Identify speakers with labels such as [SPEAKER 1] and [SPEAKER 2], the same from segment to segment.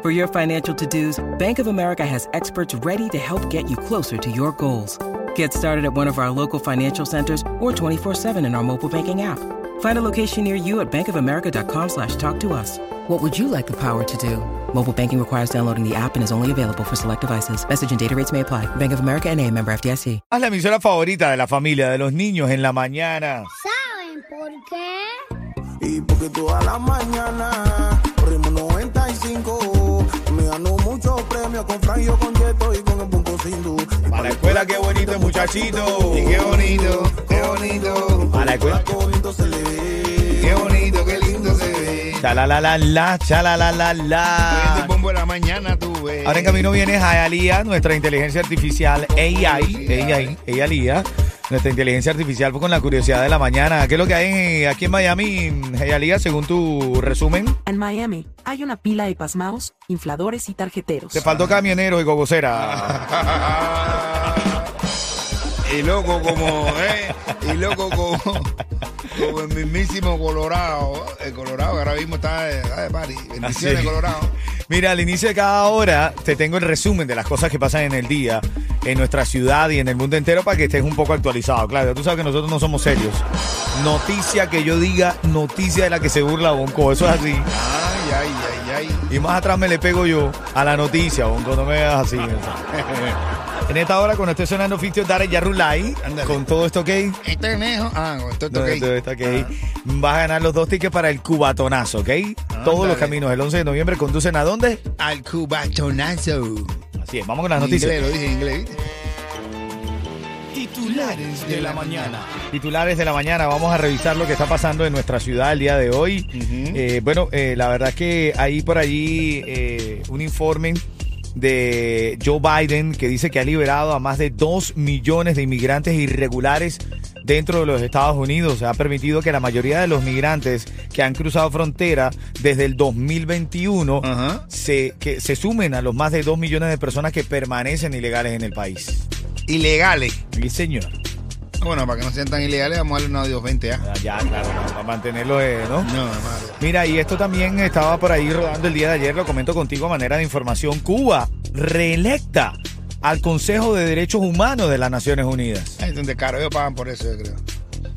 [SPEAKER 1] For your financial to-dos, Bank of America has experts ready to help get you closer to your goals. Get started at one of our local financial centers or 24-7 in our mobile banking app. Find a location near you at bankofamerica.com slash talk to us. What would you like the power to do? Mobile banking requires downloading the app and is only available for select devices. Message and data rates may apply. Bank of America and a member FDIC.
[SPEAKER 2] Haz la emisora favorita de la familia, de los niños en la mañana.
[SPEAKER 3] ¿Saben por qué?
[SPEAKER 4] Y porque toda la mañana corrimos 95. Me ganó muchos premios con Franjo, con Yeto y con el Punco Sindhu. Y
[SPEAKER 5] Para la escuela, qué bonito muchachito.
[SPEAKER 4] Y qué bonito, qué bonito.
[SPEAKER 2] Para la escuela.
[SPEAKER 4] Qué bonito se le ve. Qué bonito, qué lindo se ve.
[SPEAKER 2] Chala la la la, chala la la
[SPEAKER 5] Este
[SPEAKER 2] la.
[SPEAKER 5] bombo de la mañana tú ves.
[SPEAKER 2] Ahora en camino viene Ayalía, nuestra inteligencia artificial AI, AI, Ayalía, nuestra inteligencia artificial con la curiosidad de la mañana. ¿Qué es lo que hay en- aquí en Miami, Ayalía, según tu resumen?
[SPEAKER 6] En Miami, hay una pila de pasmaos, infladores y tarjeteros.
[SPEAKER 2] Te faltó camionero y gogocera.
[SPEAKER 5] Y loco como, eh, y loco como, como el mismísimo Colorado. El Colorado que ahora mismo está de, está de party. Bendiciones,
[SPEAKER 2] Así.
[SPEAKER 5] Colorado.
[SPEAKER 2] Mira, al inicio de cada hora te tengo el resumen de las cosas que pasan en el día, en nuestra ciudad y en el mundo entero para que estés un poco actualizado. Claro, tú sabes que nosotros no somos serios. Noticia que yo diga, noticia de la que se burla Bonco, eso es así.
[SPEAKER 5] Ay, ay, ay, ay.
[SPEAKER 2] Y más atrás me le pego yo a la noticia, Bonco, no me veas así. o sea. en esta hora, cuando esté sonando Fitio Dare Yarulay,
[SPEAKER 5] Ándale.
[SPEAKER 2] con todo esto que
[SPEAKER 5] Este conejo. Ah, esto
[SPEAKER 2] no,
[SPEAKER 5] es
[SPEAKER 2] esto está ok. Ah. Vas a ganar los dos tickets para el cubatonazo, ¿ok? Todos los
[SPEAKER 5] Ándale.
[SPEAKER 2] caminos del 11 de noviembre conducen a dónde?
[SPEAKER 5] Al cubatonazo.
[SPEAKER 2] Así es, vamos con las
[SPEAKER 5] En
[SPEAKER 2] noticias.
[SPEAKER 5] inglés, lo dije en inglés. ¿viste?
[SPEAKER 2] Titulares de la mañana. Titulares de la mañana. Vamos a revisar lo que está pasando en nuestra ciudad el día de hoy. Eh, bueno, eh, la verdad es que hay por allí eh, un informe de Joe Biden que dice que ha liberado a más de 2 millones de inmigrantes irregulares dentro de los Estados Unidos. Ha permitido que la mayoría de los migrantes que han cruzado frontera desde el 2021
[SPEAKER 5] Ajá.
[SPEAKER 2] se, que se sumen a los más de 2 millones de personas que permanecen ilegales en el país.
[SPEAKER 5] Ilegales.
[SPEAKER 2] Sí, señor.
[SPEAKER 5] Bueno, para que no sean tan ilegales, vamos a darle un audio 20, ¿ah?
[SPEAKER 2] Ah, Ya, claro, no, para mantenerlo, eh, ¿no?
[SPEAKER 5] No, madre.
[SPEAKER 2] Mira, y esto también estaba por ahí rodando el día de ayer, lo comento contigo a manera de información. Cuba reelecta al Consejo de Derechos Humanos de las Naciones Unidas.
[SPEAKER 5] Ay, donde caro, ellos pagan por eso, yo creo.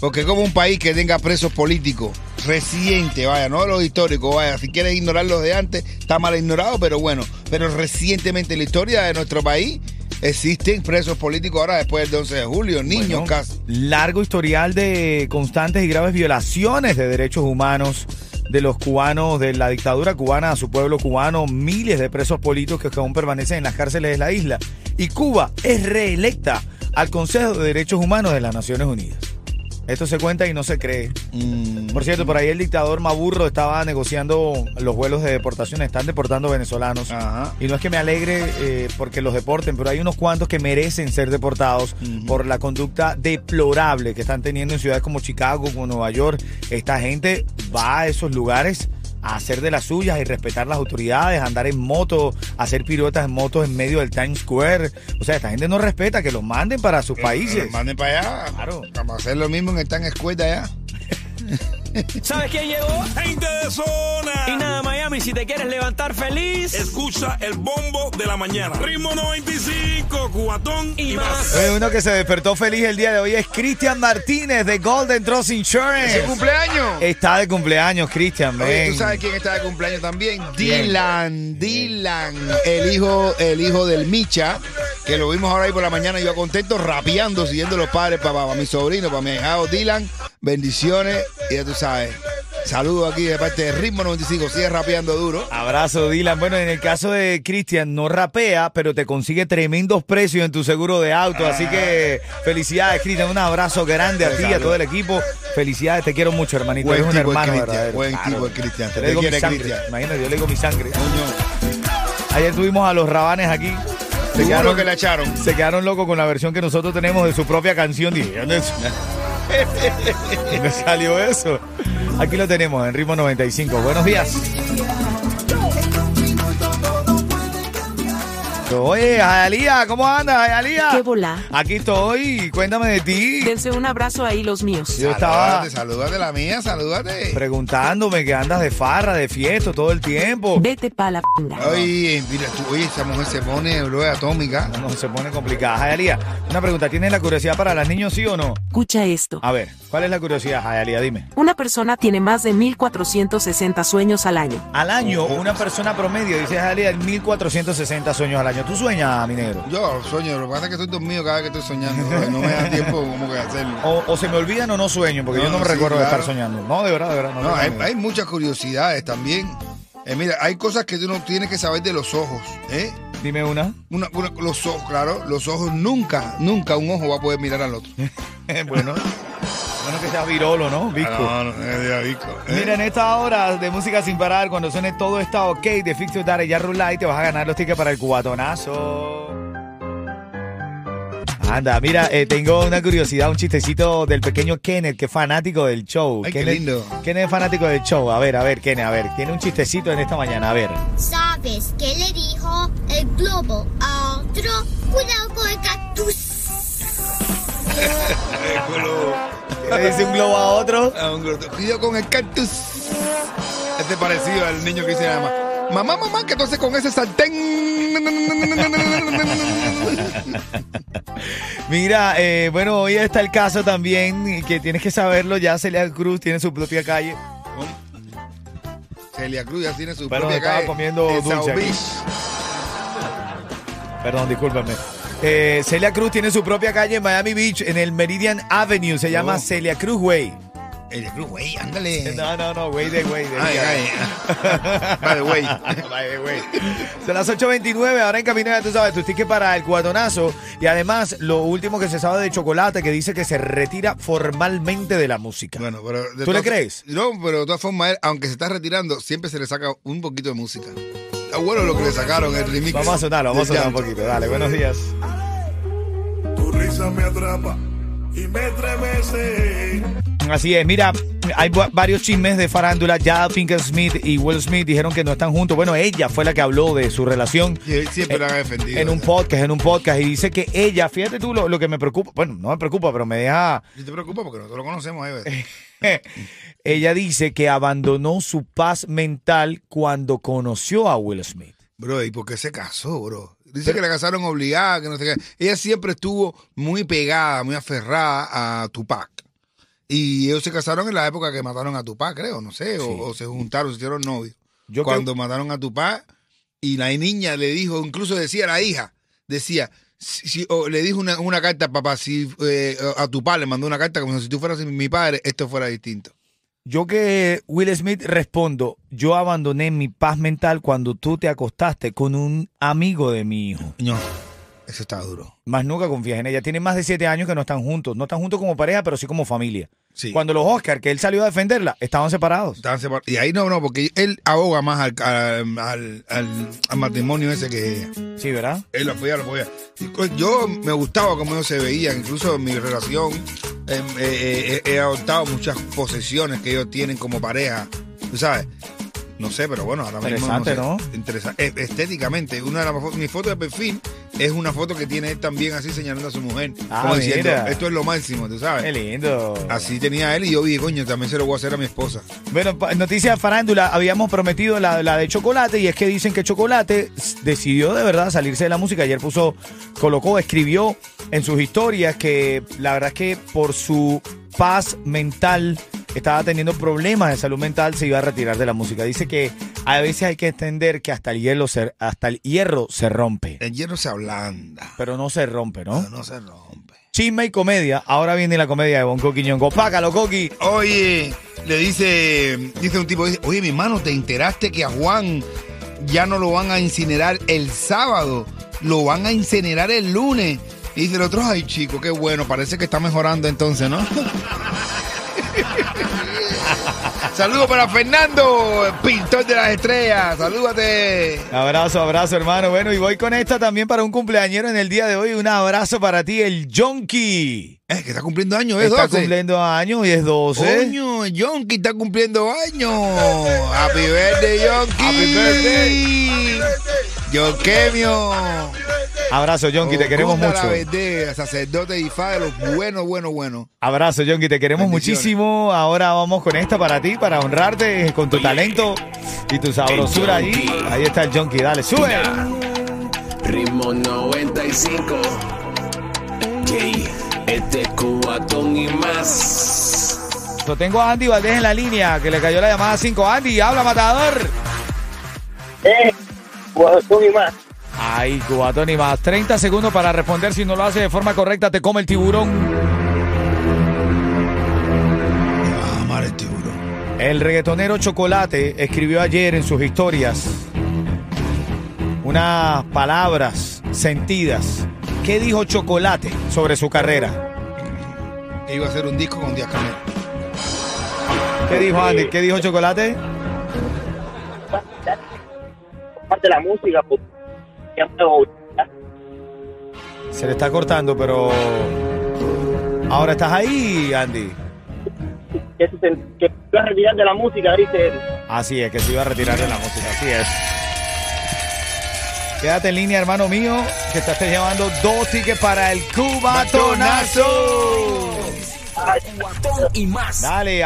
[SPEAKER 5] Porque como un país que tenga presos políticos, residentes, vaya, no los históricos, vaya, si quieres ignorar los de antes, está mal ignorado, pero bueno, pero recientemente en la historia de nuestro país existen presos políticos ahora después del 11 de julio, niños
[SPEAKER 2] Bueno,
[SPEAKER 5] casi.
[SPEAKER 2] Largo historial de constantes y graves violaciones de derechos humanos de los cubanos, de la dictadura cubana a su pueblo cubano, miles de presos políticos que aún permanecen en las cárceles de la isla. Y Cuba es reelecta al Consejo de Derechos Humanos de las Naciones Unidas. Esto se cuenta y no se cree. Por cierto, por ahí el dictador Maburro estaba negociando los vuelos de deportación. Están deportando venezolanos.
[SPEAKER 5] Ajá.
[SPEAKER 2] Y no es que me alegre eh, porque los deporten, pero hay unos cuantos que merecen ser deportados por la conducta deplorable que están teniendo en ciudades como Chicago, como Nueva York. Esta gente va a esos lugares a hacer de las suyas y respetar las autoridades, a andar en moto, a hacer piruetas en motos en medio del Times Square. O sea, esta gente no respeta que los manden para sus
[SPEAKER 5] Que
[SPEAKER 2] países.
[SPEAKER 5] los Manden para allá.
[SPEAKER 2] Claro.
[SPEAKER 5] Vamos a hacer lo mismo en están escuela allá.
[SPEAKER 7] ¿Sabes quién llegó?
[SPEAKER 8] Gente de zona.
[SPEAKER 7] Y nada, Miami, si te quieres levantar feliz.
[SPEAKER 8] Escucha el bombo de la mañana. Ritmo 95, cuatón y,
[SPEAKER 7] Y más.
[SPEAKER 8] más.
[SPEAKER 2] Oye, uno que se despertó feliz el día de hoy es Cristian Martínez de Golden Trust Insurance.
[SPEAKER 5] ¡Su cumpleaños!
[SPEAKER 2] Está de cumpleaños, Cristian,
[SPEAKER 5] Eh, Oye,
[SPEAKER 2] ven.
[SPEAKER 5] ¿Tú sabes quién está de cumpleaños también? Dylan, Dylan, el hijo, el hijo del Micha, que lo vimos ahora ahí por la mañana, yo contento, rapeando, siguiendo los padres, para, para mi sobrino, para mi hijado Dylan, bendiciones, y ya tú sabes, saludos aquí de parte de Ritmo 95, sigue rapeando duro.
[SPEAKER 2] Abrazo, Dylan. Bueno, en el caso de Cristian, no rapea, pero te consigue tremendos precios en tu seguro de auto. Así
[SPEAKER 5] Ah.
[SPEAKER 2] que felicidades, Cristian. Un abrazo grande a ti, a todo el equipo. Felicidades, te quiero mucho, hermanito.
[SPEAKER 5] Buen
[SPEAKER 2] Eres un
[SPEAKER 5] tipo el
[SPEAKER 2] hermano
[SPEAKER 5] Cristian,
[SPEAKER 2] verdadero.
[SPEAKER 5] buen tipo el Cristian.
[SPEAKER 2] Yo
[SPEAKER 5] Te
[SPEAKER 2] le digo mi
[SPEAKER 5] quiere
[SPEAKER 2] sangre.
[SPEAKER 5] Cristian.
[SPEAKER 2] Imagínate, yo le digo mi sangre.
[SPEAKER 5] Coño.
[SPEAKER 2] Ayer tuvimos a los rabanes aquí. Se
[SPEAKER 5] Seguro
[SPEAKER 2] quedaron,
[SPEAKER 5] que la echaron.
[SPEAKER 2] se quedaron locos con la versión que nosotros tenemos de su propia canción. Dije, ¿dónde es- ¿Dónde salió eso? Aquí lo tenemos en Ritmo 95. Buenos días. Oye, Ayalía, ¿cómo andas, Ayalía?
[SPEAKER 6] ¿Qué volá?
[SPEAKER 2] Aquí estoy, cuéntame de ti.
[SPEAKER 6] Dense un abrazo ahí los míos.
[SPEAKER 2] Yo estaba
[SPEAKER 5] Salúdate, salúdate la mía, salúdate.
[SPEAKER 2] preguntándome que andas de farra, de fiesta todo el tiempo.
[SPEAKER 6] Vete pa' la pinga.
[SPEAKER 5] Oye, mira tú, oye, esa mujer se pone bro atómica.
[SPEAKER 2] No, se pone complicada. Jayalía, una pregunta. ¿Tienes la curiosidad para los niños, sí o no?
[SPEAKER 6] Escucha esto.
[SPEAKER 2] A ver, ¿cuál es la curiosidad, Jayalía? Dime.
[SPEAKER 6] Una persona tiene más de 1460 sueños al año.
[SPEAKER 2] Al año, una persona promedio, dice Jayalía, 1460 sueños al año. ¿Tú sueñas, mi negro?
[SPEAKER 5] Yo sueño, lo que pasa es que estoy dormido cada vez que estoy soñando. bro, No me da tiempo como que hacerlo.
[SPEAKER 2] O, o se me olvidan o no sueño, porque yo no
[SPEAKER 5] No,
[SPEAKER 2] me
[SPEAKER 5] sí,
[SPEAKER 2] recuerdo de
[SPEAKER 5] claro.
[SPEAKER 2] estar soñando. No, de verdad, de verdad. No,
[SPEAKER 5] No,
[SPEAKER 2] tengo
[SPEAKER 5] hay,
[SPEAKER 2] miedo.
[SPEAKER 5] hay muchas curiosidades también. Eh, mira, hay cosas que tú no tienes que saber de los ojos, ¿eh?
[SPEAKER 2] Dime una.
[SPEAKER 5] Una- una- los ojos, claro, los ojos nunca, nunca un ojo va a poder mirar al otro.
[SPEAKER 2] bueno, bueno que seas virolo, ¿no? Visco.
[SPEAKER 5] Ah, no, no, eh, ya, Vico, eh.
[SPEAKER 2] Mira, en esta hora de música sin parar, cuando suene todo está ok de Fix Your Data y Ya Rulay, te vas a ganar los tickets para el cubatonazo. Anda, mira, eh, tengo una curiosidad, un chistecito del pequeño Kenneth, que es fanático del show.
[SPEAKER 5] Ay, qué
[SPEAKER 2] Kenneth,
[SPEAKER 5] lindo.
[SPEAKER 2] Kenneth es fanático del show. A ver, a ver, Kenneth, a ver. Tiene un chistecito en esta mañana, a ver.
[SPEAKER 3] ¿Sabes qué le dijo el globo a otro? Cuidado con el cactus.
[SPEAKER 5] eh,
[SPEAKER 2] ¿Qué le dice un globo a otro?
[SPEAKER 5] A pues ah, un gordo. Cuidado con el cactus. Este es parecido al niño que dice nada más. Mamá, mamá, ¿qué tú haces con ese sartén?
[SPEAKER 2] Mira, eh, bueno, hoy está el caso también, que tienes que saberlo, ya Celia Cruz tiene su propia calle.
[SPEAKER 5] Celia Cruz ya tiene su
[SPEAKER 2] Pero
[SPEAKER 5] propia
[SPEAKER 2] estaba
[SPEAKER 5] calle
[SPEAKER 2] comiendo
[SPEAKER 5] de
[SPEAKER 2] dulce
[SPEAKER 5] South
[SPEAKER 2] aquí.
[SPEAKER 5] Beach.
[SPEAKER 2] Perdón, discúlpame. Eh, Celia Cruz tiene su propia calle en Miami Beach, en el Meridian Avenue. Se llama
[SPEAKER 5] Oh.
[SPEAKER 2] Celia Cruz Way.
[SPEAKER 5] Celia Cruz, güey, ándale.
[SPEAKER 2] No, no, no, way de way. De
[SPEAKER 5] Ay, ay. Vale, güey.
[SPEAKER 2] By the way. Son las 8.29, ahora en camino ya tú sabes, tu ticket para el cuatonazo. Y además, lo último que se sabe de Chocolate, que dice que se retira formalmente de la música.
[SPEAKER 5] Bueno, pero de
[SPEAKER 2] ¿Tú
[SPEAKER 5] todas-
[SPEAKER 2] le crees?
[SPEAKER 5] No, pero de todas formas, él, aunque se está retirando, siempre se le saca un poquito de música. Está bueno lo que le sacaron el remix.
[SPEAKER 2] vamos a sonarlo, vamos a sonar un
[SPEAKER 5] Del
[SPEAKER 2] poquito. Dale, buenos días.
[SPEAKER 8] Tu risa me atrapa y me estremece.
[SPEAKER 2] Así es, mira, hay va- varios chismes de farándula. Ya Smith y Will Smith dijeron que no están juntos. Bueno, ella fue la que habló de su relación.
[SPEAKER 5] Y él siempre la ha defendido.
[SPEAKER 2] Eh, En un podcast, en un podcast. Y dice que ella, fíjate tú lo, lo que me preocupa. Bueno, no me preocupa, pero me deja.
[SPEAKER 5] No te preocupes porque nosotros lo conocemos, eh.
[SPEAKER 2] ella dice que abandonó su paz mental cuando conoció a Will Smith.
[SPEAKER 5] Bro, ¿y por qué se casó, bro? Dice que la casaron obligada, que no sé qué. Ella siempre estuvo muy pegada, muy aferrada a Tupac. Y ellos se casaron en la época que mataron a Tupac, creo, no sé, o-
[SPEAKER 2] Sí.
[SPEAKER 5] o, se juntaron, se hicieron novios.
[SPEAKER 2] Yo
[SPEAKER 5] Cuando mataron a Tupac, y la niña le dijo, incluso decía la hija, decía, si- si- o le dijo una, una carta a papá, si eh, a Tupac le mandó una carta como si tú fueras mi padre, esto fuera distinto.
[SPEAKER 2] Yo que Will Smith respondo, yo abandoné mi paz mental cuando tú te acostaste con un amigo de mi hijo.
[SPEAKER 5] No, eso está duro.
[SPEAKER 2] Más nunca confías en ella. Tienen más de siete años que no están juntos. No están juntos como pareja, pero sí como familia.
[SPEAKER 5] Sí.
[SPEAKER 2] Cuando los Oscar, que él salió a defenderla, estaban separados.
[SPEAKER 5] Estaban separ- Y ahí no, no, porque él ahoga más al, al, al- al- al matrimonio ese que ella.
[SPEAKER 2] Sí, ¿verdad?
[SPEAKER 5] Él lo apoya, lo apoya. Y co- Yo me gustaba cómo ellos se veían, incluso en mi relación eh, eh, eh, he adoptado muchas posesiones que ellos tienen como pareja, tú sabes. No sé, pero bueno, ahora mismo.
[SPEAKER 2] Interesante, ¿no?
[SPEAKER 5] Interesante. eh, Estéticamente, una de las fo- mis fotos de perfil es una foto que tiene él también así señalando a su mujer.
[SPEAKER 2] Ah,
[SPEAKER 5] como diciendo,
[SPEAKER 2] mira.
[SPEAKER 5] esto es lo máximo, tú
[SPEAKER 2] Qué
[SPEAKER 5] sabes.
[SPEAKER 2] lindo.
[SPEAKER 5] Así tenía él y yo dije, coño, también se lo voy a hacer a mi esposa.
[SPEAKER 2] Bueno, pa- noticia farándula, habíamos prometido la, la de Chocolate y es que dicen que Chocolate s- decidió de verdad salirse de la música. Ayer puso, colocó, escribió en sus historias que la verdad es que por su paz mental estaba teniendo problemas de salud mental, se iba a retirar de la música. Dice que a veces hay que entender que hasta el hielo se, hasta el hierro se rompe,
[SPEAKER 5] El hierro se ablanda.
[SPEAKER 2] pero no se rompe, ¿no?
[SPEAKER 5] Ah, No, no se rompe.
[SPEAKER 2] Chisme y comedia, ahora viene la comedia de Bonco Quiñongo. Págalo, Coqui.
[SPEAKER 5] Oye, le dice, dice un tipo, dice, oye, mi hermano, ¿te enteraste que a Juan ya no lo van a incinerar el sábado? Lo van a incinerar el lunes. Y dice el otro, ay, chico, qué bueno, parece que está mejorando entonces, ¿no? Saludos para Fernando, el pintor de las estrellas. Salúdate.
[SPEAKER 2] Abrazo, abrazo, hermano. Bueno, y voy con esta también para un cumpleañero en el día de hoy. Un abrazo para ti, el Jonky.
[SPEAKER 5] Es que está cumpliendo años, ¿eh, es
[SPEAKER 2] Está
[SPEAKER 5] 12.
[SPEAKER 2] cumpliendo años y es 12.
[SPEAKER 5] Coño, el Yonki está cumpliendo años. Happy birthday, Yonki.
[SPEAKER 9] Happy birthday.
[SPEAKER 5] Yonquemio.
[SPEAKER 2] Abrazo, Jonky, te queremos
[SPEAKER 5] Ocunda Oh, la
[SPEAKER 2] mucho.
[SPEAKER 5] verdea, sacerdote y fa de los buenos, buenos, buenos.
[SPEAKER 2] Abrazo, Jonky, te queremos
[SPEAKER 5] Bendiciones.
[SPEAKER 2] muchísimo. Ahora vamos con esta para ti, para honrarte eh, con tu talento y tu sabrosura ahí. Ahí está el Jonky, dale, sube.
[SPEAKER 8] Ritmo 95. Ey, Este es cubatón y más.
[SPEAKER 2] Lo tengo a Andy Valdés en la línea, que le cayó la llamada 5. Andy, habla, matador. Ay, cubatón y más. 30 segundos para responder. Si no lo hace de forma correcta, te come el tiburón.
[SPEAKER 5] Ah, madre tiburón.
[SPEAKER 2] El reggaetonero Chocolate escribió ayer en sus historias unas palabras sentidas. ¿Qué dijo Chocolate sobre su carrera?
[SPEAKER 5] Que iba a hacer un disco con Díaz Canel.
[SPEAKER 2] ¿Qué dijo Andy? ¿Qué dijo Chocolate?
[SPEAKER 10] parte de la música, pues, siempre me gusta.
[SPEAKER 2] Se le está cortando, pero... Ahora estás ahí, Andy.
[SPEAKER 10] que se sen- que iba a retirar de la música, dice él.
[SPEAKER 2] Así es, que se iba a retirar de la música, así es. Quédate en línea, hermano mío, que estás llevando dos tickets para el cubatonazo.
[SPEAKER 8] Cubatón y más.
[SPEAKER 2] Dale,